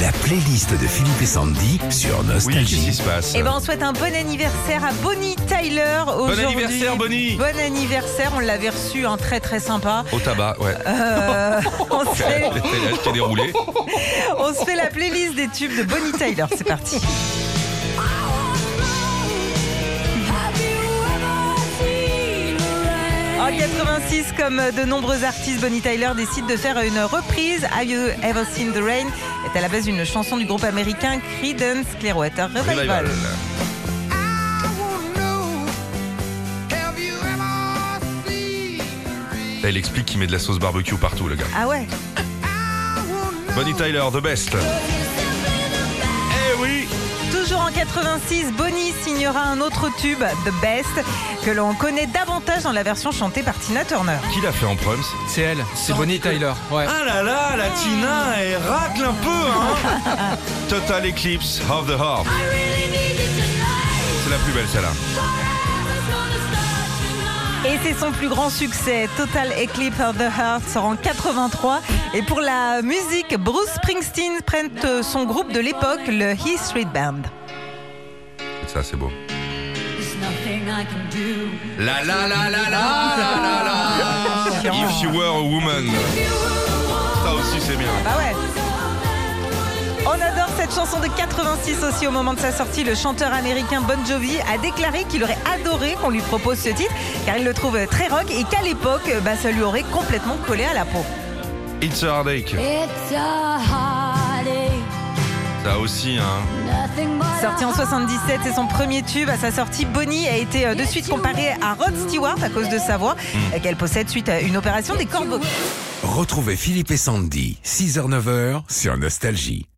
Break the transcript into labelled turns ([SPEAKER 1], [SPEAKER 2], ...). [SPEAKER 1] La playlist de Philippe et Sandy sur
[SPEAKER 2] Oui, qu'est-ce
[SPEAKER 1] Nostalgie.
[SPEAKER 2] qui se passe
[SPEAKER 3] Eh ben, on souhaite un bon anniversaire à Bonnie Tyler aujourd'hui.
[SPEAKER 2] anniversaire, Bonnie
[SPEAKER 3] Bon anniversaire, on l'avait reçu, un très très sympa.
[SPEAKER 2] Au tabac, ouais.
[SPEAKER 3] Euh,
[SPEAKER 2] Oh,
[SPEAKER 3] on, se fait,
[SPEAKER 2] Elle qui est déroulée.
[SPEAKER 3] on se fait la playlist des tubes de Bonnie Tyler, c'est parti. En 86, comme de nombreux artistes, Bonnie Tyler décide de faire une reprise. Have You Ever Seen the Rain est à la base une chanson du groupe américain Creedence Clearwater
[SPEAKER 2] Revival.
[SPEAKER 3] Revival.
[SPEAKER 2] Elle explique qu'il met de la sauce barbecue partout, le gars.
[SPEAKER 3] Ah ouais
[SPEAKER 2] Bonnie Tyler, the best. Eh oui
[SPEAKER 3] Toujours en 86, Bonnie signera un autre tube, The Best, que l'on connaît davantage dans la version chantée par Tina Turner.
[SPEAKER 2] Qui l'a fait en proms
[SPEAKER 4] C'est elle, c'est Bonnie Tyler. Ouais.
[SPEAKER 2] Ah là là, la Tina, elle racle un peu, hein Total Eclipse of the Heart. C'est la plus belle, celle-là.
[SPEAKER 3] Et c'est son plus grand succès, Total Eclipse of the Heart, sort en 83. Et pour la musique, Bruce Springsteen prenne euh, son groupe de l'époque, le He Street Band.
[SPEAKER 2] Ça, c'est beau.
[SPEAKER 5] There's nothing I can do.
[SPEAKER 2] La la la la la la la la If you were a woman. Ça aussi, c'est bien.
[SPEAKER 3] Bah ouais on adore cette chanson de 86 aussi. Au moment de sa sortie, le chanteur américain Bon Jovi a déclaré qu'il aurait adoré qu'on lui propose ce titre, car il le trouve très rock et qu'à l'époque, bah, ça lui aurait complètement collé à la peau.
[SPEAKER 2] It's a heartache.
[SPEAKER 5] It's a heartache.
[SPEAKER 2] Ça aussi, hein.
[SPEAKER 5] Nothing but
[SPEAKER 3] Sorti en
[SPEAKER 5] a
[SPEAKER 3] 77, c'est son premier tube. À sa sortie, Bonnie a été euh, de suite comparée à Rod Stewart à cause de sa voix euh, qu'elle possède suite à une opération des corbeaux.
[SPEAKER 1] Retrouvez Philippe et Sandy, 6h-9h sur Nostalgie.